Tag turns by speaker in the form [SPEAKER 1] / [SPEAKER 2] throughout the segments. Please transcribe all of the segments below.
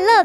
[SPEAKER 1] 乐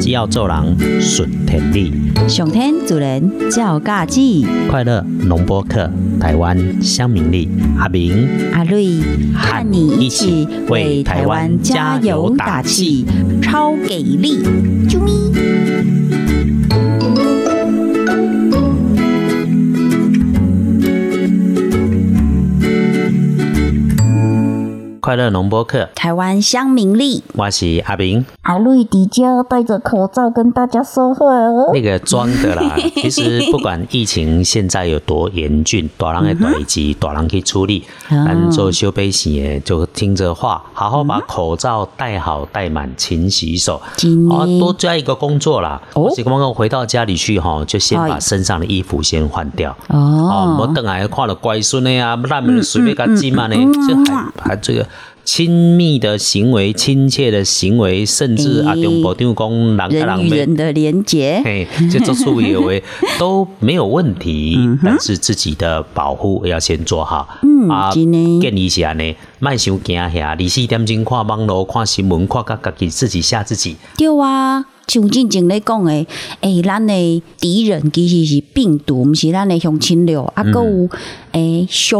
[SPEAKER 2] 只要做人顺天理，
[SPEAKER 3] 上天主人照家子，
[SPEAKER 2] 快乐农播客台湾乡民力阿明，
[SPEAKER 3] 阿瑞
[SPEAKER 2] 和你一起为台湾加油打气，
[SPEAKER 3] 超给力！啾咪！
[SPEAKER 2] 快乐农播客，
[SPEAKER 3] 台湾乡民力，
[SPEAKER 2] 我是阿明，
[SPEAKER 4] 阿瑞迪迦戴着口罩跟大家说话哦。
[SPEAKER 2] 那个装 的啦。其实不管疫情现在有多严峻，大人的代
[SPEAKER 4] 嗯
[SPEAKER 2] 志大人去处理，
[SPEAKER 3] 哦
[SPEAKER 2] 咱做小百姓的就听着话，好好把口罩戴好戴满，勤洗手。
[SPEAKER 4] 嗯
[SPEAKER 3] 今
[SPEAKER 2] 哦，多
[SPEAKER 3] 年
[SPEAKER 2] 加一个工作啦。
[SPEAKER 3] 哦
[SPEAKER 2] 我是刚刚回到家里去哈，就先把
[SPEAKER 3] 哎
[SPEAKER 2] 身上的衣服先换掉。哦，我
[SPEAKER 3] 哦，
[SPEAKER 2] 等来看了乖孙的呀，烂门随便给进嘛
[SPEAKER 3] 嗯
[SPEAKER 2] 呢，这还还这个亲密的行为、亲切的行为，甚至
[SPEAKER 3] 哎
[SPEAKER 2] 啊，中保定公人跟
[SPEAKER 3] 人与
[SPEAKER 2] 人
[SPEAKER 3] 人的连
[SPEAKER 2] 要
[SPEAKER 3] 结，
[SPEAKER 2] 嘿，这做出也为都没有问题，但是自己的保护要先做好。
[SPEAKER 3] 嗯
[SPEAKER 2] 啊，
[SPEAKER 3] 真的
[SPEAKER 2] 建议是安尼，卖想惊遐，二四点钟看网络、看新闻，看到家己自己吓自己。
[SPEAKER 3] 对啊。像进前咧讲诶，诶、咱诶敌人其实是病毒，毋是咱诶乡亲了。啊，搁有诶小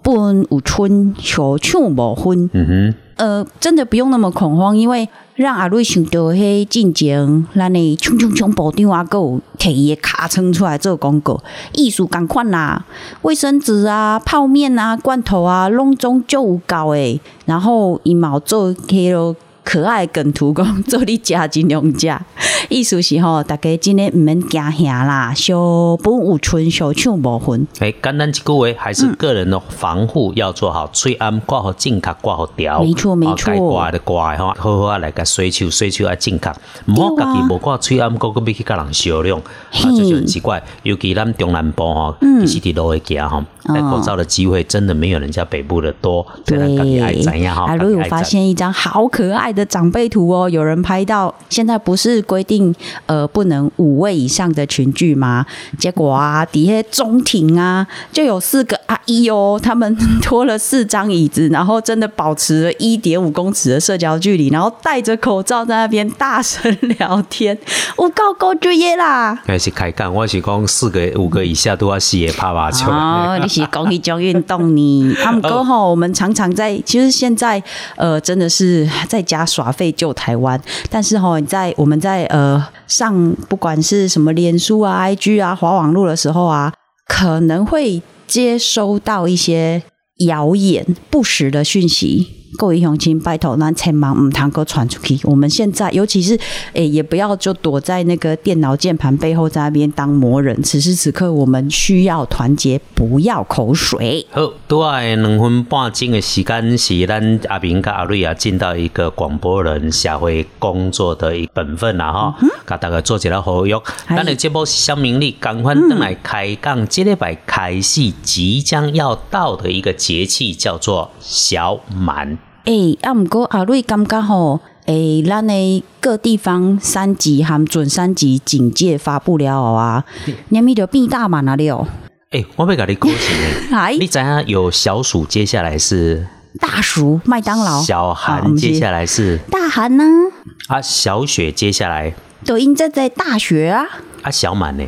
[SPEAKER 3] 本有春，小抢无分。
[SPEAKER 2] 嗯
[SPEAKER 3] 呃，真的不用那么恐慌，因为让阿瑞想到迄进前，咱的冲冲冲部长啊，还有摕伊的尻川出来做广告，艺术共款啦，卫生纸啊、泡面啊、罐头啊，拢总就有够诶。然后伊嘛有做迄咯可爱的梗图，讲做你食尽量食，意思是吼，大家真诶毋免惊吓啦，小本有存，小抢无分。
[SPEAKER 2] 哼，哎，简单一句话，还
[SPEAKER 3] 嗯
[SPEAKER 2] 是个人的防护要做好，喙暗挂好正确，挂好条。
[SPEAKER 3] 没错没
[SPEAKER 2] 哦
[SPEAKER 3] 错
[SPEAKER 2] 该挂的挂的吼，好好啊来个洗手，洗手啊正确，毋好
[SPEAKER 3] 对
[SPEAKER 2] 家
[SPEAKER 3] 啊
[SPEAKER 2] 己无挂喙暗，个个要去甲人相量，啊，
[SPEAKER 3] 嘿嗯
[SPEAKER 2] 这就很奇怪。尤其咱中南部吼，其实伫路会行
[SPEAKER 3] 哦
[SPEAKER 2] 吼，戴口罩的机会真的没有人家北部的多，对咱家己爱怎样吼，
[SPEAKER 3] 阿
[SPEAKER 2] 家
[SPEAKER 3] 瑞
[SPEAKER 2] 己
[SPEAKER 3] 有
[SPEAKER 2] 爱
[SPEAKER 3] 啊发
[SPEAKER 2] 怎样。
[SPEAKER 3] 现一张好可爱的长辈图哦，有人拍到。现在不是规定呃不能五位以上的群聚吗？结果啊，底下中庭啊，就有四个阿姨哦，他们拖了四张椅子，然后真的保持了一点五公尺的社交距离，然后戴着口罩在那边大声聊天， 我告高就业啦。
[SPEAKER 2] 还是开讲，我是讲四个、五个以下都要四个拍麻将。
[SPEAKER 3] 哦，你是讲迄种运动呢？啊，不过吼，我们常常在，其实现在呃，真的是在家耍废救台湾。但是吼，你在我们在呃上不管是什么脸书啊、IG 啊、滑网络的时候啊，可能会接收到一些谣言、不实的讯息。各位乡亲，拜托，咱千万唔通够传出去。我们现在，尤其是诶、也不要就躲在那个电脑键盘背后，在那边当魔人。此时此刻，我们需要团结，不要口水。
[SPEAKER 2] 好，拄仔的两分半钟的时间是咱阿明甲阿瑞啊尽到一个广播人社会工作的一本分啦吼，
[SPEAKER 3] 嗯
[SPEAKER 2] 甲、大家做一个呼吁。
[SPEAKER 3] 嗨
[SPEAKER 2] 咱的节目是乡民力，赶快登来开讲，即礼拜开始即将要到的一个节气叫做小满。
[SPEAKER 3] 诶、啊，毋过阿瑞感觉吼，诶、咱诶各地方三级含准三级警戒发布了后啊，你咪就变大满啊了。
[SPEAKER 2] 诶、我要甲你恭 喜
[SPEAKER 3] 来
[SPEAKER 2] 你，你知影有小暑，接下来是
[SPEAKER 3] 大叔麦当劳，
[SPEAKER 2] 小
[SPEAKER 3] 啊我
[SPEAKER 2] 寒，
[SPEAKER 3] 们
[SPEAKER 2] 接
[SPEAKER 3] 是
[SPEAKER 2] 下来是
[SPEAKER 3] 大寒呢、
[SPEAKER 2] 啊小雪，接下来
[SPEAKER 3] 抖音在在大学啊。
[SPEAKER 2] 啊小满呢、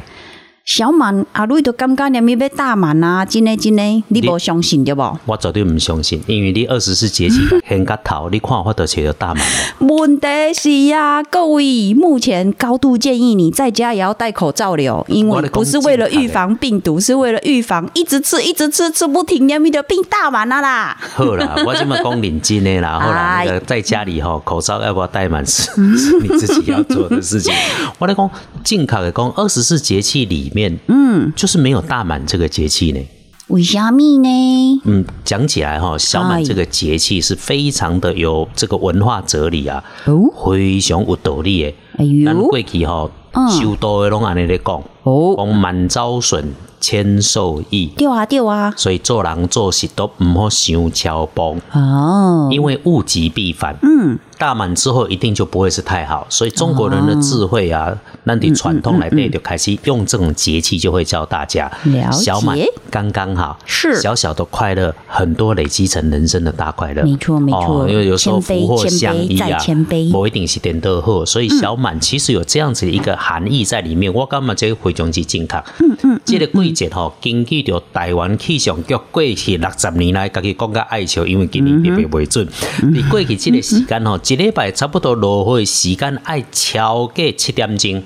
[SPEAKER 3] 小满阿瑞都感觉念咪要大满啊，真诶真诶，你无相信对无？
[SPEAKER 2] 我绝对唔相信，因为你二十四节 气很个头，你看我都找到大满了。
[SPEAKER 3] 问题是啊，各位，目前高度建议你在家也要戴口罩了，因
[SPEAKER 2] 我
[SPEAKER 3] 为
[SPEAKER 2] 的
[SPEAKER 3] 不是
[SPEAKER 2] 公
[SPEAKER 3] 为了
[SPEAKER 2] 斤
[SPEAKER 3] 预防病毒，是为了预防一直吃一直吃吃不停，念咪的病大满啊啦。
[SPEAKER 2] 好 啦，我这么讲认真的啦，好啦，
[SPEAKER 3] 哎
[SPEAKER 2] 那个在家里吼，口罩要不要戴满 是是你自己要做的 事情。
[SPEAKER 3] 嗯
[SPEAKER 2] 我来讲，进卡的讲二十四节气里面，嗯，就是没有大满这个节气呢。
[SPEAKER 3] 为虾米呢？
[SPEAKER 2] 嗯，讲起来哈、小满这个节气是非常的有这个文化哲理啊，
[SPEAKER 3] 哦，
[SPEAKER 2] 非常有道理的。
[SPEAKER 3] 哎
[SPEAKER 2] 咱
[SPEAKER 3] 呦
[SPEAKER 2] 过，去吼、
[SPEAKER 3] 嗯
[SPEAKER 2] 修道的拢安尼咧讲，
[SPEAKER 3] 哦，
[SPEAKER 2] 讲满招损，谦受益。
[SPEAKER 3] 丢啊丢啊，
[SPEAKER 2] 所以做人做事都唔好想超崩，
[SPEAKER 3] 哦，
[SPEAKER 2] 因为物极必反。
[SPEAKER 3] 嗯，
[SPEAKER 2] 大满之后一定就不会是太好，所以中国人的智慧
[SPEAKER 3] 嗯
[SPEAKER 2] 啊，那你传统来背就开始用这种节气，就会教大家
[SPEAKER 3] 了解
[SPEAKER 2] 小满刚刚好，
[SPEAKER 3] 是
[SPEAKER 2] 小小的快乐，很多累积成人生的大快乐。
[SPEAKER 3] 没错没错
[SPEAKER 2] 哦因为有时候
[SPEAKER 3] 谦卑
[SPEAKER 2] 福祸
[SPEAKER 3] 谦卑
[SPEAKER 2] 相依
[SPEAKER 3] 再
[SPEAKER 2] 啊，
[SPEAKER 3] 谦卑嗯
[SPEAKER 2] 不一定是点得好，所以小满其实有这样子一个含义在里面。我感觉这个非常之正确。嗯嗯，这个季节吼，根据着台湾气象局过去六十年来，家己讲较爱笑，因为今年特别袂准。
[SPEAKER 3] 嗯
[SPEAKER 2] 你过去这个时间吼，一礼拜差不多落雨的时间爱超过七点钟，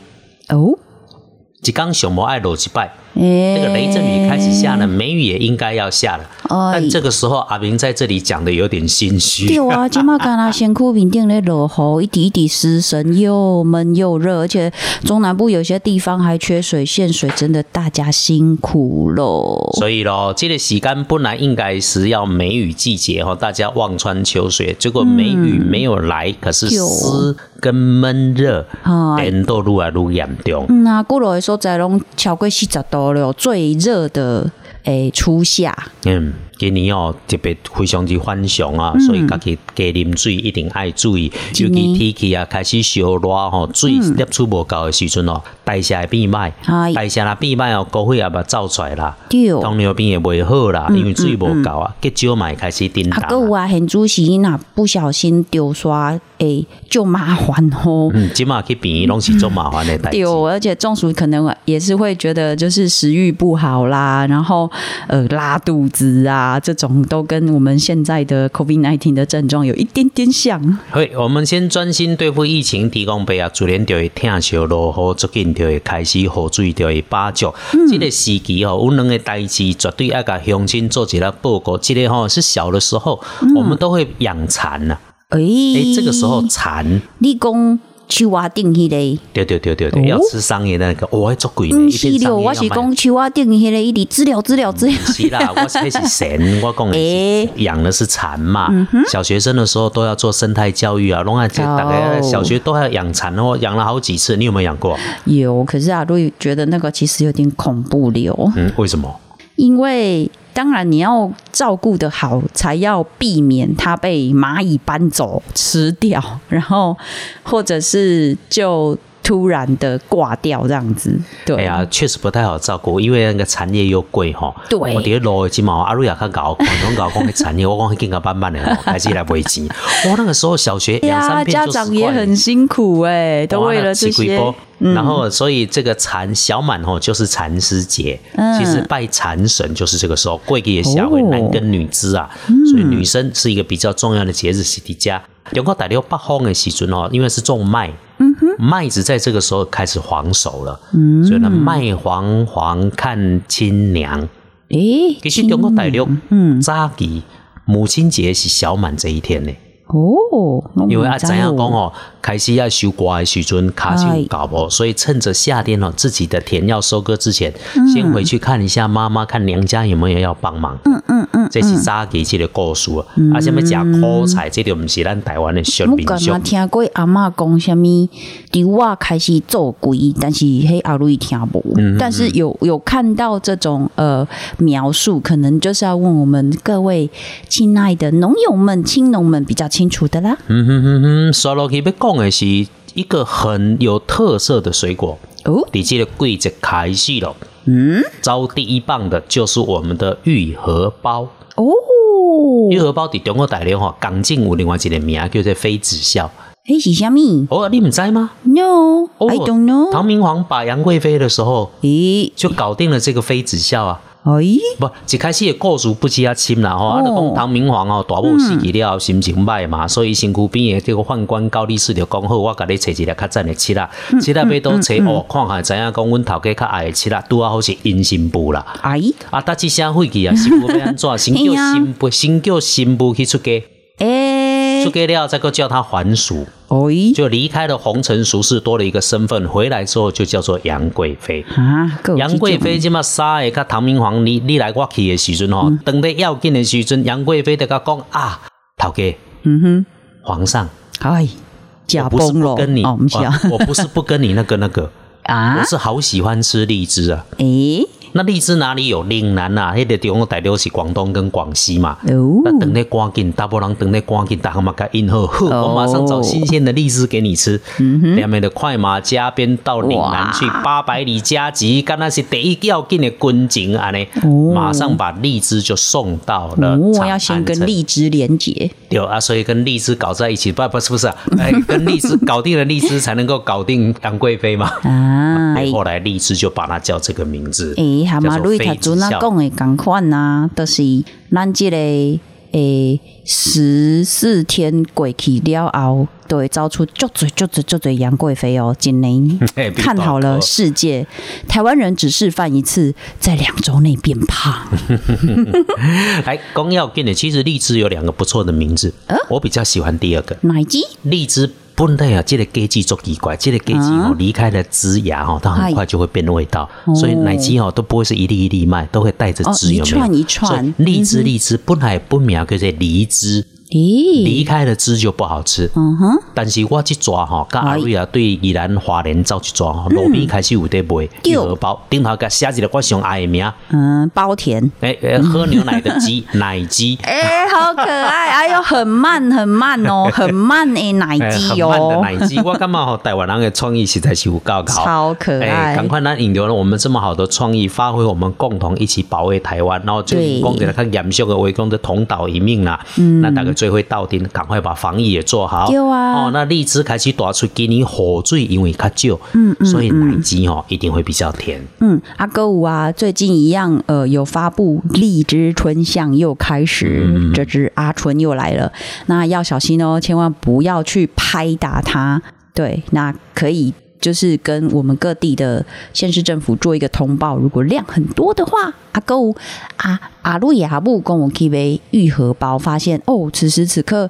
[SPEAKER 3] 哦，
[SPEAKER 2] 一天上无爱落一摆。
[SPEAKER 3] 哎
[SPEAKER 2] 那个雷阵雨开始下了，梅雨也应该要下了。
[SPEAKER 3] 哎
[SPEAKER 2] 但这个时候，阿明在这里讲的有点心 虚。
[SPEAKER 3] 对啊，今麦干啦，先苦平定咧落雨，一滴一滴湿神，又闷又热，而且中南部有些地方还缺水限水，真的大家辛苦喽。
[SPEAKER 2] 所以咯，这个时间本来应该是要梅雨季节哈，大家望穿秋水，结果梅雨没有来，可是
[SPEAKER 3] 就
[SPEAKER 2] 湿跟闷热
[SPEAKER 3] 哎
[SPEAKER 2] 连都愈来愈严重。
[SPEAKER 3] 嗯啊，过落的所在拢超过四十度了，最热的诶初夏。
[SPEAKER 2] 嗯，今年哦特别非常之反常啊，所以家己加啉水一定爱注意，尤
[SPEAKER 3] 嗯真的嗯
[SPEAKER 2] 其天气啊开始烧热吼，水摄取无够的时阵哦，代谢会变歹
[SPEAKER 3] 哎，
[SPEAKER 2] 代谢若变歹哦，高血压嘛走出来啦，
[SPEAKER 3] 对，哦嗯
[SPEAKER 2] 糖尿病也袂好啦，因为水无够啊，结石嘛会开始叮当
[SPEAKER 3] 啊，搁有
[SPEAKER 2] 啊。
[SPEAKER 3] 啊，现主席若不小心丢刷，诶，就麻烦哦吼。
[SPEAKER 2] 嗯，即马去病院拢是做麻烦的代志。
[SPEAKER 3] 丢，而且中暑可能也是会觉得就是食欲不好啦，然后呃拉肚子啊，这种都跟我们现在的 COVID 1 9的症状有一点点像。
[SPEAKER 2] 好，我们先专心对付疫情，提供杯啊，自然就会疼惜落雨，最近就会开始雨水就会把足。
[SPEAKER 3] 嗯
[SPEAKER 2] 这个时期吼、阮两个代志绝对要甲乡亲做一下报告。这个吼、是小的时候，
[SPEAKER 3] 嗯
[SPEAKER 2] 我们都会养蚕呐、啊。
[SPEAKER 3] 诶、
[SPEAKER 2] 哎、这个时候蚕，
[SPEAKER 3] 你讲去挖定迄个，
[SPEAKER 2] 对对对对对，
[SPEAKER 3] 哦
[SPEAKER 2] 要吃桑叶的那个，哦，还做贵呢，
[SPEAKER 3] 嗯，
[SPEAKER 2] 一
[SPEAKER 3] 是
[SPEAKER 2] 片
[SPEAKER 3] 了，
[SPEAKER 2] 桑叶
[SPEAKER 3] 我
[SPEAKER 2] 要
[SPEAKER 3] 是
[SPEAKER 2] 卖。
[SPEAKER 3] 讲去挖定迄个，伊伫治疗治疗治疗。
[SPEAKER 2] 是啦，我是那是神，我讲的
[SPEAKER 3] 哎
[SPEAKER 2] 是养的是蚕嘛。
[SPEAKER 3] 嗯
[SPEAKER 2] 小学生的时候都要做生态教育啊，拢爱大概
[SPEAKER 3] 哦
[SPEAKER 2] 小学都要养蚕哦，养了好几次，你有没有养过？
[SPEAKER 3] 有，可是啊，瑞觉得那个其实有点恐怖流，
[SPEAKER 2] 嗯，为什么？
[SPEAKER 3] 因为当然你要照顾的好，才要避免它被蚂蚁搬走、吃掉，然后或者是就突然的挂掉这样子。对，啊
[SPEAKER 2] 哎呀，确实不太好照顾，因为那个产业又贵哈。
[SPEAKER 3] 对
[SPEAKER 2] 我伫路的金毛阿瑞也较搞，广东搞讲的产业，我讲更加慢慢的哦，开始来卖钱。我那个时候小学
[SPEAKER 3] 哎
[SPEAKER 2] 两三片
[SPEAKER 3] 家
[SPEAKER 2] 就十
[SPEAKER 3] 长
[SPEAKER 2] 块
[SPEAKER 3] 也很辛苦哎、都为了这些。嗯
[SPEAKER 2] 然后，所以这个蚕小满吼就是蚕丝节，
[SPEAKER 3] 嗯
[SPEAKER 2] 其实拜蚕神就是这个时候，贵给下为
[SPEAKER 3] 哦嗯
[SPEAKER 2] 男耕女织啊，所以女生是一个比较重要的节日是迪迦。中国大陆北方的时阵哦，因为是种麦，
[SPEAKER 3] 嗯
[SPEAKER 2] 麦子在这个时候开始黄熟了，所以呢，麦黄黄看亲娘。
[SPEAKER 3] 诶，
[SPEAKER 2] 其实中国大陆
[SPEAKER 3] 嗯
[SPEAKER 2] 早期母亲节是小满这一天呢。
[SPEAKER 3] 哦，我
[SPEAKER 2] 因为
[SPEAKER 3] 不
[SPEAKER 2] 啊，
[SPEAKER 3] 知
[SPEAKER 2] 怎样
[SPEAKER 3] 道
[SPEAKER 2] 讲
[SPEAKER 3] 哦，
[SPEAKER 2] 哦，开始要收瓜的时阵，卡手搞不，所以趁着夏天哦，自己的田要收割之前，先回去看一下妈妈，看娘家有没有要帮忙。嗯嗯嗯，这是早期这个故事啊。啊，什么吃苦菜，这就不是咱台湾的小
[SPEAKER 3] 我
[SPEAKER 2] 民
[SPEAKER 3] 干
[SPEAKER 2] 俗。
[SPEAKER 3] 嘛听过阿嬷讲什么？伫我开始做鬼，但是迄阿瑞听无。
[SPEAKER 2] 嗯
[SPEAKER 3] 但是有有看到这种呃描述，可能就是要问我们各位亲爱的农友们、青农们比较清楚的啦。
[SPEAKER 2] 嗯哼哼哼，刷落去要讲的是一个很有特色的水果，
[SPEAKER 3] 哦，
[SPEAKER 2] 你这个季节开始了，
[SPEAKER 3] 嗯，
[SPEAKER 2] 招第一棒的就是我们的玉荷包。
[SPEAKER 3] 哦，
[SPEAKER 2] 玉荷包伫中国大陆吼，港境有另外一个名叫做妃子笑。
[SPEAKER 3] 诶是虾米
[SPEAKER 2] 哦，你唔知吗？
[SPEAKER 3] ？No，I
[SPEAKER 2] 哦
[SPEAKER 3] don't know。
[SPEAKER 2] 唐明皇把杨贵妃的时候，
[SPEAKER 3] 咦，
[SPEAKER 2] 就搞定了这个妃子笑啊。
[SPEAKER 3] 哎，
[SPEAKER 2] 不，一开始的故事不只啊深啦吼，啊，就
[SPEAKER 3] 哦
[SPEAKER 2] 讲唐明皇哦，大某死去了，心情歹嘛，所以身躯边的这个宦官高力士就讲好，我甲你找一个较赞的妻啦，
[SPEAKER 3] 嗯
[SPEAKER 2] 妻啦要倒找哦，看下知影讲阮头家较爱的妻啦，拄啊好是因新妇啦，
[SPEAKER 3] 哎，
[SPEAKER 2] 啊，搭一声晦气啊，新妇要安 怎？先叫
[SPEAKER 3] 嘿啊
[SPEAKER 2] 新妇，先叫新妇去出家，
[SPEAKER 3] 诶
[SPEAKER 2] 出，家了再个叫她还俗。
[SPEAKER 3] 哎，
[SPEAKER 2] 就离开了红尘俗世，多了一个身份，回来之后就叫做杨贵妃。
[SPEAKER 3] 啊，还有
[SPEAKER 2] 杨贵妃
[SPEAKER 3] 这嗯种
[SPEAKER 2] 即马杀的，甲唐明皇你你来我去的时阵吼，当在要紧的时阵，杨贵妃就甲讲啊，头家
[SPEAKER 3] 嗯哼，
[SPEAKER 2] 皇上，
[SPEAKER 3] 哎，
[SPEAKER 2] 我
[SPEAKER 3] 假
[SPEAKER 2] 不是
[SPEAKER 3] 崩
[SPEAKER 2] 不
[SPEAKER 3] 了，
[SPEAKER 2] 跟你，
[SPEAKER 3] 哦，不是啊，
[SPEAKER 2] 我我不是不跟你那个那个，
[SPEAKER 3] 啊
[SPEAKER 2] 我？是好喜欢吃荔枝啊。
[SPEAKER 3] 诶，
[SPEAKER 2] 那荔枝哪里有岭南啊？迄个中国大陆是广东跟广西嘛。
[SPEAKER 3] 哦
[SPEAKER 2] 那等咧赶紧，大波人等咧赶紧，大家嘛该应好，好
[SPEAKER 3] 哦
[SPEAKER 2] 我马上找新鲜的荔枝给你吃。
[SPEAKER 3] 嗯
[SPEAKER 2] 两面的快马加鞭到岭南去，八百里加急，刚那是第一要紧的军情安尼，马上把荔枝就送到了长
[SPEAKER 3] 哦嗯我
[SPEAKER 2] 安
[SPEAKER 3] 要先跟
[SPEAKER 2] 城
[SPEAKER 3] 荔枝连结，
[SPEAKER 2] 对啊，所以跟荔枝搞在一起，不不是不是、 啊，哎，跟荔枝搞定了荔枝才能够搞定杨贵妃 嘛。
[SPEAKER 3] 啊，
[SPEAKER 2] 对后来荔枝就把它叫这个名字，
[SPEAKER 3] 诶，蛤
[SPEAKER 2] 嗯叫
[SPEAKER 3] 嘛，
[SPEAKER 2] 做
[SPEAKER 3] 瑞
[SPEAKER 2] 妃
[SPEAKER 3] 塔
[SPEAKER 2] 子
[SPEAKER 3] 祖那
[SPEAKER 2] 笑
[SPEAKER 3] 讲的共款啊，就是咱即、个诶十四天过去了后，都会招出足侪足侪足侪杨贵妃哦，今年
[SPEAKER 2] 嘿比
[SPEAKER 3] 看
[SPEAKER 2] 宝
[SPEAKER 3] 好了
[SPEAKER 2] 宝
[SPEAKER 3] 世界，台湾人只示范一次，在两周内变 胖。
[SPEAKER 2] 来，光要给你，其实荔枝有两个不错的名字，
[SPEAKER 3] 呃
[SPEAKER 2] 我比较喜欢第二个。
[SPEAKER 3] 哪一集？
[SPEAKER 2] 荔枝本来啊，这个果子做奇怪，这个果子
[SPEAKER 3] 啊
[SPEAKER 2] 哦离开了枝芽哦，它很快就会变味道，所以奶鸡哦都不会是一粒一粒卖，都会带着
[SPEAKER 3] 哦
[SPEAKER 2] 汁，
[SPEAKER 3] 一
[SPEAKER 2] 有没有？
[SPEAKER 3] 串一串嗯
[SPEAKER 2] 所以荔枝荔枝本来本名叫做梨枝，
[SPEAKER 3] 咦、
[SPEAKER 2] 离开了枝就不好吃。
[SPEAKER 3] 嗯哼，
[SPEAKER 2] 但是我去抓吼，甲阿瑞啊对宜兰花莲走去抓
[SPEAKER 3] 嗯
[SPEAKER 2] 吼，哦路边开始有在卖一荷包，顶头甲写一个我上爱的名，
[SPEAKER 3] 嗯，包甜。
[SPEAKER 2] 诶、诶
[SPEAKER 3] 嗯
[SPEAKER 2] 喝牛奶的鸡， 奶鸡。
[SPEAKER 3] 哎、好可爱！哎呦，很慢，很慢哦，很慢诶， 奶
[SPEAKER 2] 哎
[SPEAKER 3] 鸡
[SPEAKER 2] 很慢的
[SPEAKER 3] 哦，
[SPEAKER 2] 奶鸡，我感觉吼台湾人的创意实在是有够高，
[SPEAKER 3] 超可爱
[SPEAKER 2] 哎赶快让引流了我们这么好的创意，发挥我们共同一起保卫台湾。然后最
[SPEAKER 3] 对
[SPEAKER 2] 近讲起来看严肃的围攻的同岛一命啦，那大家最会到底赶快把防疫也做好。
[SPEAKER 3] 嗯对啊
[SPEAKER 2] 哦，那荔枝开始打出今年雨水因为较少，嗯所以奶鸡吼一定会比较甜。
[SPEAKER 3] 嗯，阿歌舞啊，最近一样，呃，有发布荔枝春象又开始，这只阿春又来了，那要小心哦，千万不要去拍打它。对，那可以就是跟我们各地的县市政府做一个通报，如果量很多的话，阿歌舞啊阿路亚布跟我 K 杯愈合包，发现哦，此时此刻。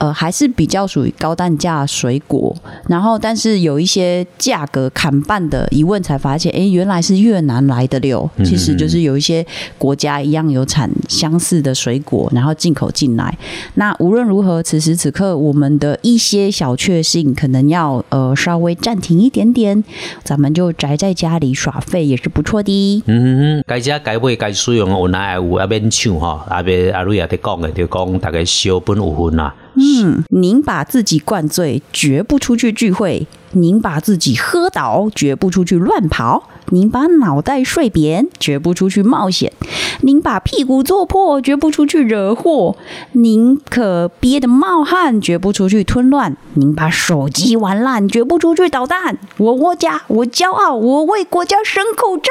[SPEAKER 3] 呃，还是比较属于高单价水果，然后但是有一些价格砍半的，一问才发现，诶，原来是越南来的柳，其实就是有一些国家一样有产相似的水果，然后进口进来。那无论如何，此时此刻我们的一些小确幸，可能要呃稍微暂停一点点，咱们就宅在家里耍废也是不错的。
[SPEAKER 2] 嗯，该食该买该使用，有哪有啊免抢吼，啊别阿瑞也在讲的，就讲大家小本有分啦。
[SPEAKER 3] 嗯，您把自己灌醉，绝不出去聚会；您把自己喝倒，绝不出去乱跑；您把脑袋睡扁，绝不出去冒险；您把屁股坐破，绝不出去惹祸；您可憋得冒汗，绝不出去吞乱；您把手机玩烂，绝不出去捣蛋。我窝家，我骄傲，我为国家省口罩。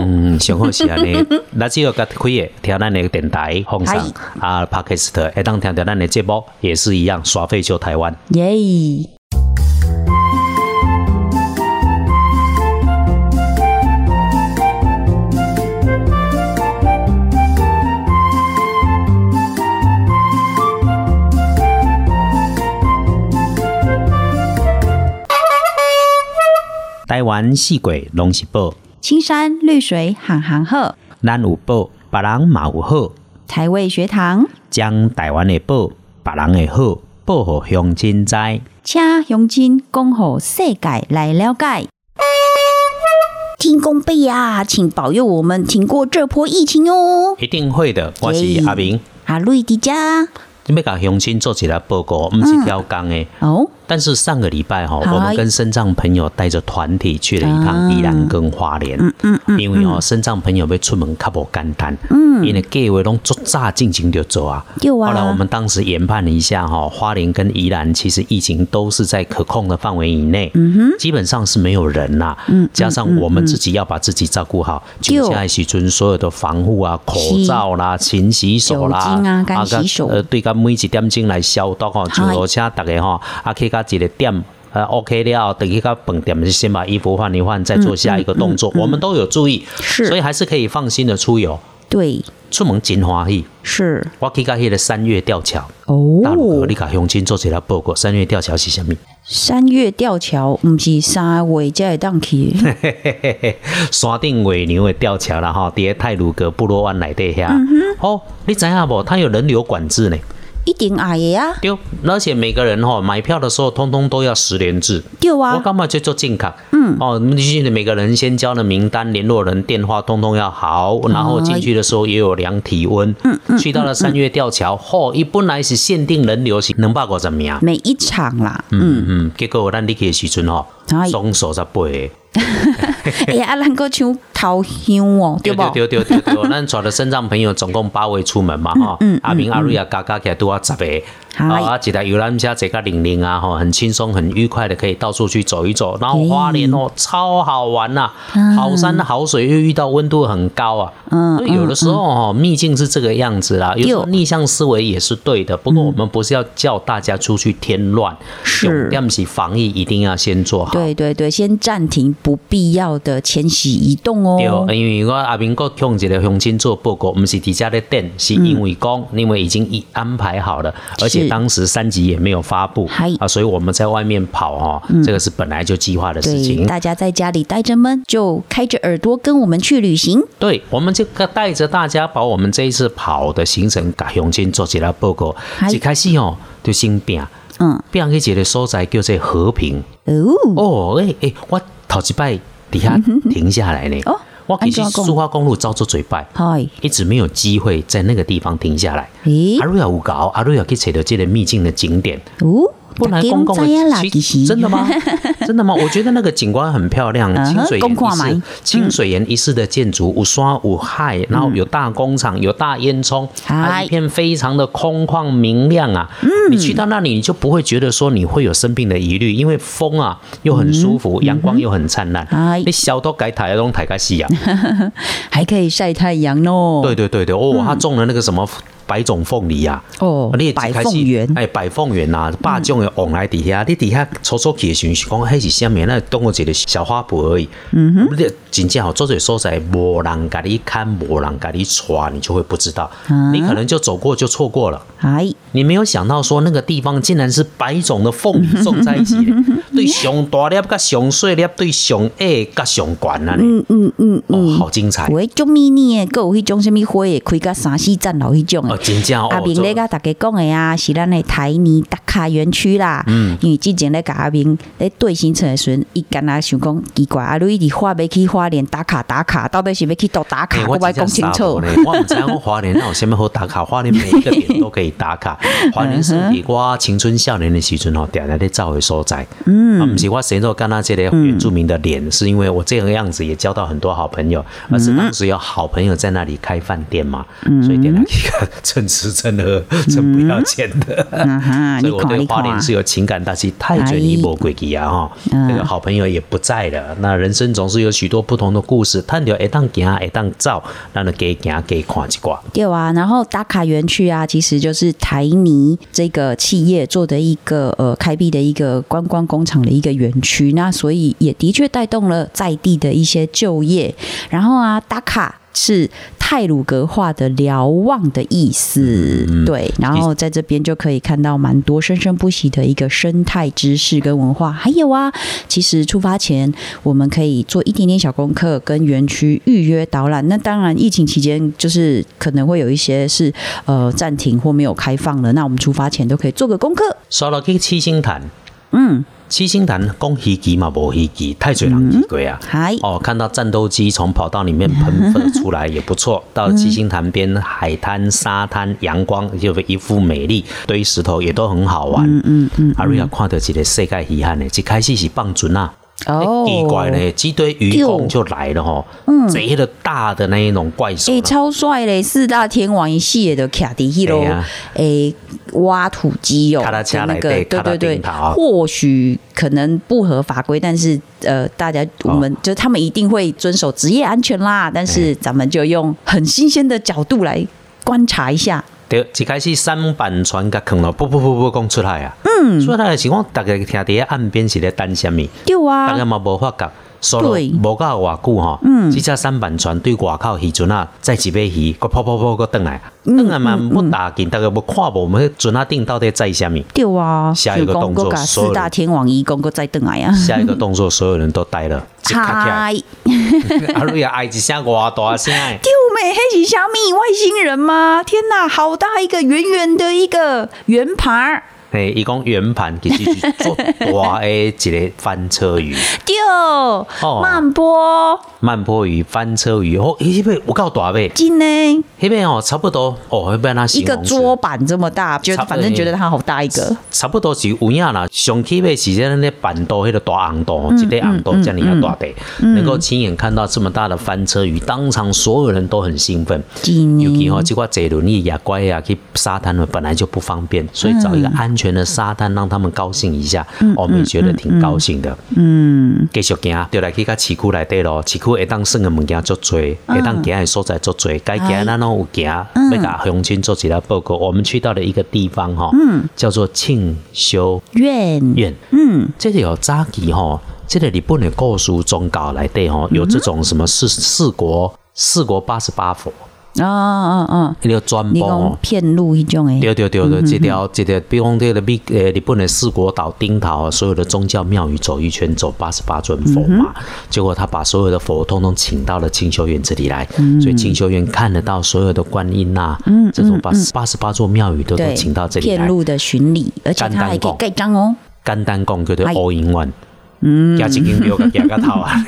[SPEAKER 2] 嗯，上好是安尼，咱只要甲开的听咱的电台放上啊 p o d c a s t 会当听到咱的节目，也是一样刷费就台湾。
[SPEAKER 3] 耶、
[SPEAKER 2] 台湾四季拢是宝，
[SPEAKER 3] 青山绿水喊行鹤，
[SPEAKER 2] 咱有宝，别人嘛有好，
[SPEAKER 3] 台味学堂，
[SPEAKER 2] 将台湾的宝，别人的好，报互乡亲知。
[SPEAKER 3] 请乡亲讲互世界来了解。天公伯呀、请保佑我们挺过这波疫情哦！
[SPEAKER 2] 一定会的，我是阿明。
[SPEAKER 3] 阿瑞迪家
[SPEAKER 2] 要甲乡亲做一个报告，毋是挑工的。
[SPEAKER 3] 哦，
[SPEAKER 2] 但是上个礼拜哈、
[SPEAKER 3] 好
[SPEAKER 2] 我们跟深藏朋友带着团体去了一趟宜兰跟花莲，因为哦，深藏朋友要出门较无简单，嗯，因为计划拢足早进行就做啊。
[SPEAKER 3] 对啊
[SPEAKER 2] 后来我们当时研判了一下哈、花莲跟宜兰其实疫情都是在可控的范围以内，
[SPEAKER 3] 嗯
[SPEAKER 2] 基本上是没有人啦、加上我们自己要把自己照顾好，
[SPEAKER 3] 对
[SPEAKER 2] 就下时阵所有的防护啊、口罩啦、勤洗手啦、
[SPEAKER 3] 酒精啊干洗手哎
[SPEAKER 2] 呃，对，甲每一点钟来消毒吼，就
[SPEAKER 3] 嗨
[SPEAKER 2] 而且大家吼，啊，去到一个点。呃，OK 了，等去到饭店先把衣服换一换，再做下一个
[SPEAKER 3] 嗯
[SPEAKER 2] 动作，我们都有注意，
[SPEAKER 3] 是
[SPEAKER 2] 所以还是可以放心的出游，
[SPEAKER 3] 对，
[SPEAKER 2] 出门真欢喜。
[SPEAKER 3] 是
[SPEAKER 2] 我去到迄个三月吊桥，大陆
[SPEAKER 3] 哦
[SPEAKER 2] 哥，你。甲乡亲做一个报告，三月吊桥是啥物？
[SPEAKER 3] 三月吊桥不是三月才会当 去，
[SPEAKER 2] 嘿嘿嘿嘿，山顶尾牛的吊桥嗯啦吼，伫咧泰鲁阁部落湾内底遐。哦，你知影无？它有人流管制呢。
[SPEAKER 3] 一定矮的啊，
[SPEAKER 2] 对，而且每个人哈、买票的时候，通通都要十连制。
[SPEAKER 3] 对
[SPEAKER 2] 我
[SPEAKER 3] 啊，
[SPEAKER 2] 干嘛就做进卡？嗯，哦，你进去每个人先交了名单、联络人电话，通通要好。然后进去的时候也有量体温。哎嗯嗯。去到了三月吊桥，嚯、伊本来是限定人流是两百五十名。
[SPEAKER 3] 每一场啦，
[SPEAKER 2] 嗯嗯，结果咱入去的时阵吼
[SPEAKER 3] 哎，
[SPEAKER 2] 总数十八个。
[SPEAKER 3] 哎呀，啊咱个像头香哦，对
[SPEAKER 2] 对
[SPEAKER 3] 不？
[SPEAKER 2] 对对对对，咱带了身障朋友总共八位出门嘛吼，阿明阿瑞啊加加起来都要十个，
[SPEAKER 3] 嗨
[SPEAKER 2] 啊啊一台游览车坐个零零啊吼，很轻松很愉快的可以到处去走一走，然后花莲哦超好玩呐，好山好水又遇到温度很高啊，嗯，有的时候哦秘境是这个样子啦，有时候
[SPEAKER 3] 对
[SPEAKER 2] 逆向思维也是对的，不过我们不是要叫大家出去添乱，
[SPEAKER 3] 是
[SPEAKER 2] 重点是防疫一定要先做好，
[SPEAKER 3] 对对对，先暂停不必要的迁徙移动哦。
[SPEAKER 2] 对，因为我阿明国向一个乡亲做报告，不是伫遮咧等，是因为讲、因为已经一安排好了，而且
[SPEAKER 3] 嗯是
[SPEAKER 2] 当时三级也没有发布
[SPEAKER 3] 嗨嗯
[SPEAKER 2] 啊，所以我们在外面跑哈、哦这个是本来就计划的事
[SPEAKER 3] 对，
[SPEAKER 2] 情。
[SPEAKER 3] 大家在家里待着闷，就开着耳朵跟我们去旅行。
[SPEAKER 2] 对，我们就带着大家把我们这一次跑的行程甲乡亲做一个报告
[SPEAKER 3] 嗨。
[SPEAKER 2] 一开始哦，就先拼
[SPEAKER 3] 嗯，
[SPEAKER 2] 拼去一个所在叫做和平。
[SPEAKER 3] 哦，
[SPEAKER 2] 哦，诶、诶、我头一摆底下停下来呢。
[SPEAKER 3] 嗯哦
[SPEAKER 2] 我其实
[SPEAKER 3] 安怎讲
[SPEAKER 2] 苏花公路走做嘴拜。
[SPEAKER 3] 嗨，
[SPEAKER 2] 一直没有机会在那个地方停下来。
[SPEAKER 3] 诶
[SPEAKER 2] 阿，瑞亚有搞，阿瑞亚去找到这个秘境的景点，
[SPEAKER 3] 哦，
[SPEAKER 2] 不然公共
[SPEAKER 3] 大家都知道啦
[SPEAKER 2] 的
[SPEAKER 3] 其实
[SPEAKER 2] 真的 吗？真的吗？我觉得那个景观很漂亮，
[SPEAKER 3] 嗯哼
[SPEAKER 2] 清水岩
[SPEAKER 3] 公看
[SPEAKER 2] 一
[SPEAKER 3] 嘛
[SPEAKER 2] 式，清水岩一式的建筑，五刷五海，然后有大工厂，有大烟囱，啊，
[SPEAKER 3] 嗨嗯
[SPEAKER 2] 一片非常的空旷明亮啊。你去到那里，你就不会觉得说你会有生病的疑虑，因为风啊又很舒
[SPEAKER 3] 嗯
[SPEAKER 2] 服，阳光又很灿烂
[SPEAKER 3] 嗨，
[SPEAKER 2] 你小都改台拢台个西啊。
[SPEAKER 3] 还可以晒太阳哦。
[SPEAKER 2] 对对对对，哦，他种了那个什么百种凤梨呀、啊。
[SPEAKER 3] 哦
[SPEAKER 2] 你也，
[SPEAKER 3] 百
[SPEAKER 2] 开始
[SPEAKER 3] 凤嗯园
[SPEAKER 2] 哎，百凤园呐、啊，百种的往来底下，你底下初初去的时候是讲迄是虾米，那当我一个小花圃而已。嗯哼，你真正好做些所在，无人甲你看，无人甲你传，你就会不知道，
[SPEAKER 3] 啊
[SPEAKER 2] 你可能就走过就错过了。
[SPEAKER 3] 哎，
[SPEAKER 2] 你没有想到说那个地方竟然是百种的凤梨种在一起 的，对熊大粒甲熊细粒，对熊矮甲熊管啊，嗯嗯嗯，哦，好精彩。
[SPEAKER 3] 喂，种迷你诶，佮有迄种什物花会开到三四站楼迄种
[SPEAKER 2] 哦，
[SPEAKER 3] 诶。
[SPEAKER 2] 真正哦，
[SPEAKER 3] 阿明
[SPEAKER 2] 这
[SPEAKER 3] 咧甲大家讲诶啊，是咱诶台泥打卡园区啦。嗯，因为之前咧甲阿明咧对行程诶时阵，伊敢若想讲奇怪，啊阿瑞伫花要去花莲打卡打卡，到底是要去倒打
[SPEAKER 2] 欸
[SPEAKER 3] 卡？
[SPEAKER 2] 我
[SPEAKER 3] 我爱
[SPEAKER 2] 真
[SPEAKER 3] 讲
[SPEAKER 2] 正
[SPEAKER 3] 清
[SPEAKER 2] 傻
[SPEAKER 3] 楚
[SPEAKER 2] 无。 呢我唔知我华联那有什么好打卡，华联每一个点都可以打卡。华 联是伫我青春少年的时阵吼，定定咧走的所在。嗯，啊，唔是我生做干那这个原住民的脸，是因为我这个样子也交到很多好朋友，而是当时有好朋友在那里开饭店嘛，
[SPEAKER 3] 嗯
[SPEAKER 2] 所以点了一个 蹭吃蹭喝，蹭不要钱的。
[SPEAKER 3] 啊哈，
[SPEAKER 2] 所以
[SPEAKER 3] 你
[SPEAKER 2] 我
[SPEAKER 3] 看
[SPEAKER 2] 对
[SPEAKER 3] 你
[SPEAKER 2] 花莲
[SPEAKER 3] 看，
[SPEAKER 2] 是有情感，但是太嘴泥魔鬼机啊哈，这个好朋友也不在了。那人生总是有许多不同的故事，探着一当行一当走，咱就加行加看一寡。
[SPEAKER 3] 对啊。然后打卡园区啊，其实就是台泥这个企业做的一个呃开辟的一个观光工厂的一个园区，那所以也的确带动了在地的一些就业。然后啊，打卡。是泰鲁格话的瞭望的意思，对。然后在这边就可以看到蛮多生生不息的一个生态知识跟文化。还有啊，其实出发前我们可以做一点点小功课，跟园区预约导览。那当然，疫情期间就是可能会有一些是呃暂停或没有开放了，那我们出发前都可以做个功课。
[SPEAKER 2] 刷落去七星潭，嗯，七星潭讲鱼机嘛无鱼机，太嘴人去过啊。
[SPEAKER 3] 还
[SPEAKER 2] 哦，看到战斗机从跑道里面喷射出来也不错。到七星潭边，海滩、沙滩、阳光，就一副美丽，堆石头也都很好玩。嗯嗯嗯。阿瑞亚看到一个世界遗憾的，一开始是放船啊。
[SPEAKER 3] 哦嗯
[SPEAKER 2] 奇怪呢，几堆鱼公就来了吼，贼的大的那一种怪兽
[SPEAKER 3] 诶、
[SPEAKER 2] 啦，
[SPEAKER 3] 超帅嘞！四大天王一系列的卡迪希罗
[SPEAKER 2] 对啊，
[SPEAKER 3] 诶、挖土机哦，
[SPEAKER 2] 卡拉车
[SPEAKER 3] 的那
[SPEAKER 2] 来对
[SPEAKER 3] 个对
[SPEAKER 2] 卡拉啊
[SPEAKER 3] 对对
[SPEAKER 2] 顶头，
[SPEAKER 3] 或许可能不合法规，但是呃，大家我们、
[SPEAKER 2] 哦
[SPEAKER 3] 就他们一定会遵守职业安全啦。但是咱们就用很新鲜的角度来观察一下，
[SPEAKER 2] 对，一开始三板船甲坑了，不不不不讲出来啊，嗯，出来的是讲大家听伫岸边是咧等什么，
[SPEAKER 3] 对
[SPEAKER 2] 大家
[SPEAKER 3] 啊，
[SPEAKER 2] 嘛无发觉。所以
[SPEAKER 3] 对嗯
[SPEAKER 2] 无到偌久吼，即只三板船对外口渔船啊，再一尾鱼，个噗噗噗个转来，
[SPEAKER 3] 嗯
[SPEAKER 2] 转来嘛不打紧，大家无看无，我们迄船啊顶到底载什么？
[SPEAKER 3] 对啊，
[SPEAKER 2] 下一个
[SPEAKER 3] 就讲
[SPEAKER 2] 动作
[SPEAKER 3] 我把
[SPEAKER 2] 所有人
[SPEAKER 3] 四大天王一公哥再等来啊，
[SPEAKER 2] 下一个动作，所有人都呆了，一卡起来，
[SPEAKER 3] 嗨，
[SPEAKER 2] 阿瑞啊，哎一声偌大声的，
[SPEAKER 3] 救美黑喜虾米外星人吗？天哪，好大一个圆圆的一个圆盘儿。
[SPEAKER 2] 嘿，伊讲圆盘其实是足大诶一个翻车鱼、哦
[SPEAKER 3] 丢慢波
[SPEAKER 2] 慢坡鱼、翻车鱼，哦，伊迄尾有够大尾，
[SPEAKER 3] 进呢
[SPEAKER 2] 迄尾哦差不多哦，迄尾那
[SPEAKER 3] 一个桌板这么大，觉得
[SPEAKER 2] 差不多
[SPEAKER 3] 反正觉得它好大一个，
[SPEAKER 2] 差不多是有影啦，上起码是咱咧板道迄个大红道，一个红道这样啊大地，
[SPEAKER 3] 嗯
[SPEAKER 2] 能够亲眼看到这么大的翻车鱼，当场所有人都很兴奋。
[SPEAKER 3] 真
[SPEAKER 2] 尤其吼、
[SPEAKER 3] 呢
[SPEAKER 2] 即个坐轮椅呀、乖呀去沙滩啊了，本来就不方便，所以找一个安全的沙滩让他们高兴一下，我们觉得挺高兴的。嗯，继续行，就来去到市区内底咯，市区会当耍的物件足多，会当行的所在足多，该行的咱拢有行。要甲乡亲做一下报告，我们去到了一个地方哈、叫做庆修
[SPEAKER 3] 愿
[SPEAKER 2] 院。嗯，这个有早期吼、这个日本的故事宗教内底吼，有这种什么四四国四国八十八佛。
[SPEAKER 3] 啊啊啊！
[SPEAKER 2] 迄个专
[SPEAKER 3] 你
[SPEAKER 2] 门
[SPEAKER 3] 讲
[SPEAKER 2] 哦。
[SPEAKER 3] 骗路一种诶，
[SPEAKER 2] 对对对对，这条这条，比如讲这个美呃日本的四国岛丁岛所有的宗教庙宇走一圈，走八十八尊佛嘛。
[SPEAKER 3] 嗯
[SPEAKER 2] 结果他把所有的佛通通请到了清修院这里来，
[SPEAKER 3] 嗯
[SPEAKER 2] 所以清修院看得到所有的观音呐、这种八八十八座庙宇都都
[SPEAKER 3] 嗯对
[SPEAKER 2] 请到这，里
[SPEAKER 3] 骗
[SPEAKER 2] 来。
[SPEAKER 3] 路的巡礼，而且
[SPEAKER 2] 简
[SPEAKER 3] 它
[SPEAKER 2] 单
[SPEAKER 3] 还可以
[SPEAKER 2] 讲
[SPEAKER 3] 盖 章哦。
[SPEAKER 2] 简单讲叫做
[SPEAKER 3] 哎
[SPEAKER 2] all in one，嗯，哦加一斤料甲加个头 啊。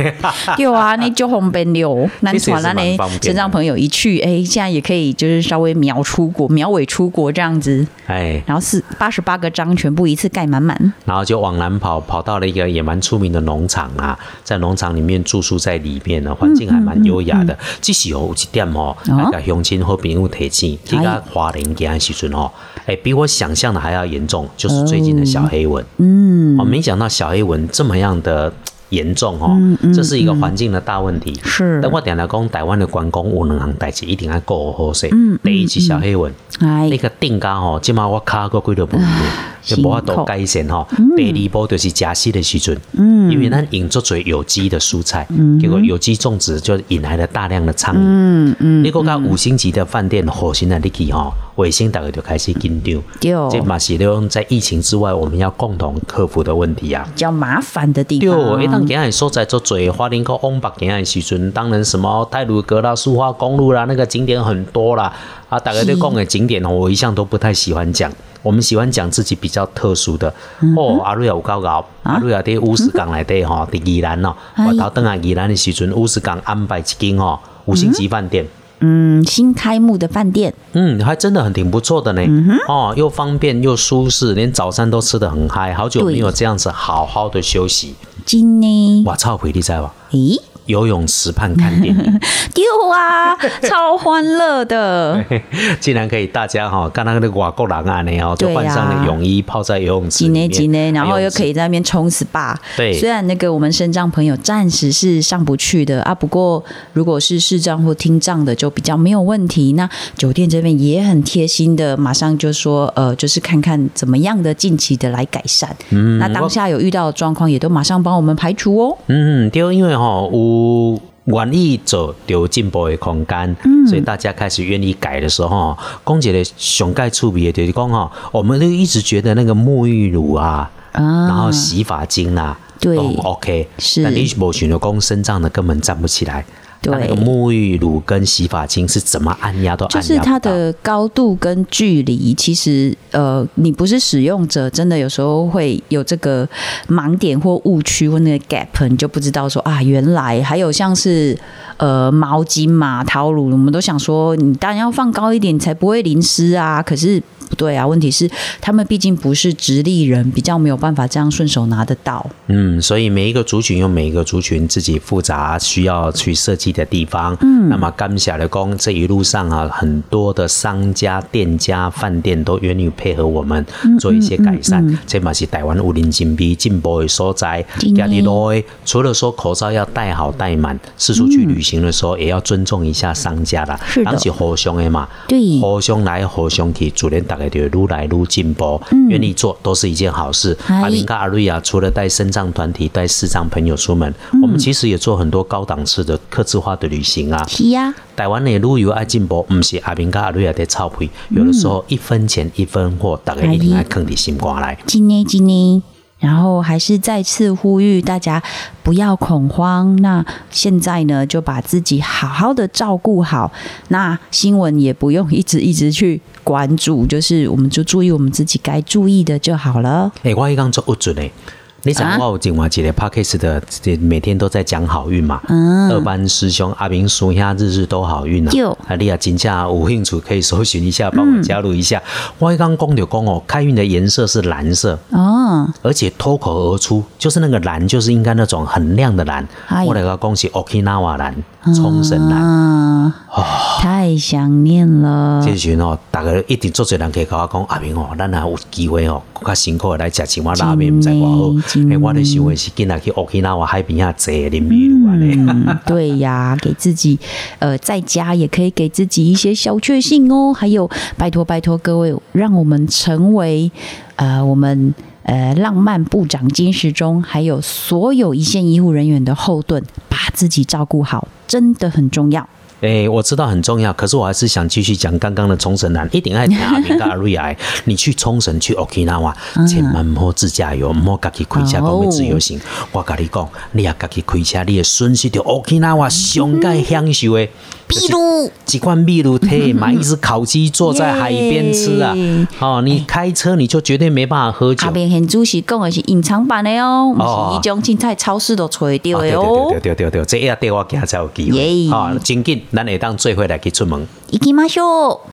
[SPEAKER 3] 对啊，那就红边流，南传咱
[SPEAKER 2] 其实也是蛮
[SPEAKER 3] 嘞
[SPEAKER 2] 方便的
[SPEAKER 3] 身障朋友一去，哎，现在也可以就是稍微秒出国、秒尾出国这样子，
[SPEAKER 2] 哎，
[SPEAKER 3] 然后四八十八个章全部一次盖满满。
[SPEAKER 2] 然后就往南跑，跑到了一个也蛮出名的农场啊，在农场里面住宿在里面呢，环境还蛮优雅的。只是有一点嗯哦，哎
[SPEAKER 3] 哦
[SPEAKER 2] 要甲乡亲好朋友提醒，去到花莲行的时阵哦，哎，比我想象的还要严重，就是最近的小黑蚊。嗯，我没想到小黑蚊这么样的。严重哦，这是一个环境的大问题。
[SPEAKER 3] 是
[SPEAKER 2] 但我点来讲，台湾的关公有两行代志一定要顾好势。嗯，第一是小黑蚊，
[SPEAKER 3] 哎
[SPEAKER 2] 那，个定价吼，即马我卡过几多部分，就无法
[SPEAKER 3] 辛苦嗯
[SPEAKER 2] 度改善吼。第二步就是食食的时阵，因为咱用足侪有机的蔬菜，
[SPEAKER 3] 嗯
[SPEAKER 2] 结果有机种植就引来了大量的苍蝇。
[SPEAKER 3] 嗯
[SPEAKER 2] 你讲到五星级的饭店，火星的你去吼，卫星大概就开始紧张。
[SPEAKER 3] 对哦
[SPEAKER 2] 这嘛是用在疫情之外，我们要共同克服的问题啊。
[SPEAKER 3] 比较麻烦的地
[SPEAKER 2] 对，
[SPEAKER 3] 方。
[SPEAKER 2] 一当行的所在做侪，花莲到往北行的时阵，当然什么泰鲁阁啦、苏花公路啦，那个景点很多啦。啊，大概对讲的景点哦，我一向都不太喜欢讲，我们喜欢讲自己比较特殊的。哦，阿瑞有够搞，阿瑞啊，伫乌石港内底吼，伫宜兰哦，我头等下宜兰的时阵，乌石港安排一间哦五星级饭店。
[SPEAKER 3] 嗯，新开幕的饭店，
[SPEAKER 2] 嗯，还真的很挺不错的呢。哦，又方便又舒适，连早餐都吃得很嗨。好久没有这样子好好的休息。
[SPEAKER 3] 今呢？
[SPEAKER 2] 我操，回力在吧？
[SPEAKER 3] 咦，
[SPEAKER 2] 游泳池畔看电 影，
[SPEAKER 3] 丢啊，超欢乐的，
[SPEAKER 2] 竟然可以大家哈、看那个外国人啊，那哦，就
[SPEAKER 3] 对呀
[SPEAKER 2] 换上了泳衣，泡在游泳池
[SPEAKER 3] 几
[SPEAKER 2] 里
[SPEAKER 3] 呢
[SPEAKER 2] 面，
[SPEAKER 3] 几呢，然后又可
[SPEAKER 2] 以
[SPEAKER 3] 以在那边冲 SPA。
[SPEAKER 2] 对
[SPEAKER 3] 虽然那个我们身障朋友暂时是上不去的啊，不过如果是视障或听障的就比较没有问题。那酒店这边也很贴心的，马上就说呃，就是看看怎么样的近期的来改善。嗯，那当下有遇到的状况也都马上帮我们排除哦。
[SPEAKER 2] 嗯，对，因为哈、有愿意走就有进步的空间，
[SPEAKER 3] 嗯
[SPEAKER 2] 所以大家开始愿意改的时候，公姐的上盖触笔就是讲哈，我们都一直觉得那个沐浴乳啊，
[SPEAKER 3] 啊
[SPEAKER 2] 然后洗发精啊，
[SPEAKER 3] 对
[SPEAKER 2] 都很 OK，
[SPEAKER 3] 是
[SPEAKER 2] 但你某选的工身上的根本站不起来。啊
[SPEAKER 3] 对
[SPEAKER 2] 那那个沐浴乳跟洗发精是怎么按压都啊按压不
[SPEAKER 3] 就
[SPEAKER 2] 到，
[SPEAKER 3] 是它的高度跟距离，其实呃，你不是使用者，真的有时候会有这个盲点或误区或那个 gap，你就不知道说啊，原来还有像是呃毛巾嘛、陶乳，我们都想说你当然要放高一点，你才不会淋湿啊。可是不对啊，问题是他们毕竟不是直立人，比较没有办法这样顺手拿得到。
[SPEAKER 2] 嗯，所以每一个族群有每一个族群自己复杂需要去设计的地方。嗯，那么甘霞的工这一路上啊，很多的商家、店家、饭店都愿意配合我们
[SPEAKER 3] 嗯
[SPEAKER 2] 做一些改善。这嘛是台湾五零金币进步的所在。
[SPEAKER 3] 真的
[SPEAKER 2] 家里落的除了说口罩要戴好戴满，四处去旅行的时候也要尊重一下商家啦。
[SPEAKER 3] 是的
[SPEAKER 2] 人是互相的嘛。
[SPEAKER 3] 对
[SPEAKER 2] 互相来互相去，主人大概就愈来愈进步。愿意做都是一件好事。
[SPEAKER 3] 嗯哎
[SPEAKER 2] 阿林跟阿瑞啊，除了带身障团体、带视障朋友出门，
[SPEAKER 3] 嗯
[SPEAKER 2] 我们其实也做很多高档次的客制化的旅行啊。
[SPEAKER 3] 是呀、
[SPEAKER 2] 台湾的旅游爱进步，不是阿明跟阿瑞也啊在操
[SPEAKER 3] 嗯哎
[SPEAKER 2] 屁，有的时候一分钱一分货，大家一定要坑伫心肝来。
[SPEAKER 3] 今呢今呢，然后还是再次呼吁大家不要恐慌。那现在呢，就把自己好好的照顾好。那新闻也不用一直一直去关注，就是我们就注意我们自己该注意的就好了。
[SPEAKER 2] 哎、我迄刚做有准诶。你知
[SPEAKER 3] 啊
[SPEAKER 2] 道我有另外一个 p a c k a g e 的，这每天都在讲好运
[SPEAKER 3] 嗯
[SPEAKER 2] 嘛。二班师兄阿明叔兄日日都好运啊
[SPEAKER 3] 对！
[SPEAKER 2] 啊，你啊真正有兴趣可以搜寻一下，帮我加入一下。我迄刚讲着讲哦，开运的颜色是蓝色，
[SPEAKER 3] 哦，
[SPEAKER 2] 而且脱口而出就是那个蓝，就是应该那种很亮的蓝。
[SPEAKER 3] 哎
[SPEAKER 2] 我来个恭喜 Okinawa 蓝、冲绳蓝。
[SPEAKER 3] 啊，太想念了。
[SPEAKER 2] 这时阵哦，大家一定做侪人去甲我讲，阿明哦，咱若有机会哦，更较辛苦的来食一碗拉面，毋知偌好
[SPEAKER 3] 真。的
[SPEAKER 2] 诶，我咧想的是，今仔去乌克兰海边啊坐啉啤酒安尼。
[SPEAKER 3] 嗯，对呀，给自己呃在家也可以给自己一些小确幸哦。还有，拜托拜托各位，让我们成为呃我们。呃，浪漫部长金时中，还有所有一线医护人员的后盾，把自己照顾好，真的很重要。
[SPEAKER 2] 诶、我知道很重要，可是我还是想继续讲刚刚的冲绳男，一定爱听阿明跟阿瑞来。你去冲绳去 Okinawa，千
[SPEAKER 3] 嗯
[SPEAKER 2] 万唔好自驾游，唔好家己开车讲要自由行。我甲你讲，你也家己开车，你会损失到
[SPEAKER 3] 嗯
[SPEAKER 2] Okinawa 上该享受的，比如几罐秘鲁体，买一只烤鸡，坐在海边吃啊
[SPEAKER 3] 耶。啊
[SPEAKER 2] 哦，你开车你就绝对没办法喝酒。
[SPEAKER 3] 阿边很主席讲的是隐藏版的哦，
[SPEAKER 2] 哦
[SPEAKER 3] 不是一种青菜超市都找得到的哦。
[SPEAKER 2] 啊对对对对对对，这也对我今才有机会。
[SPEAKER 3] 耶
[SPEAKER 2] 哦，真紧，咱会当做伙来去出门。
[SPEAKER 3] 行きましょう。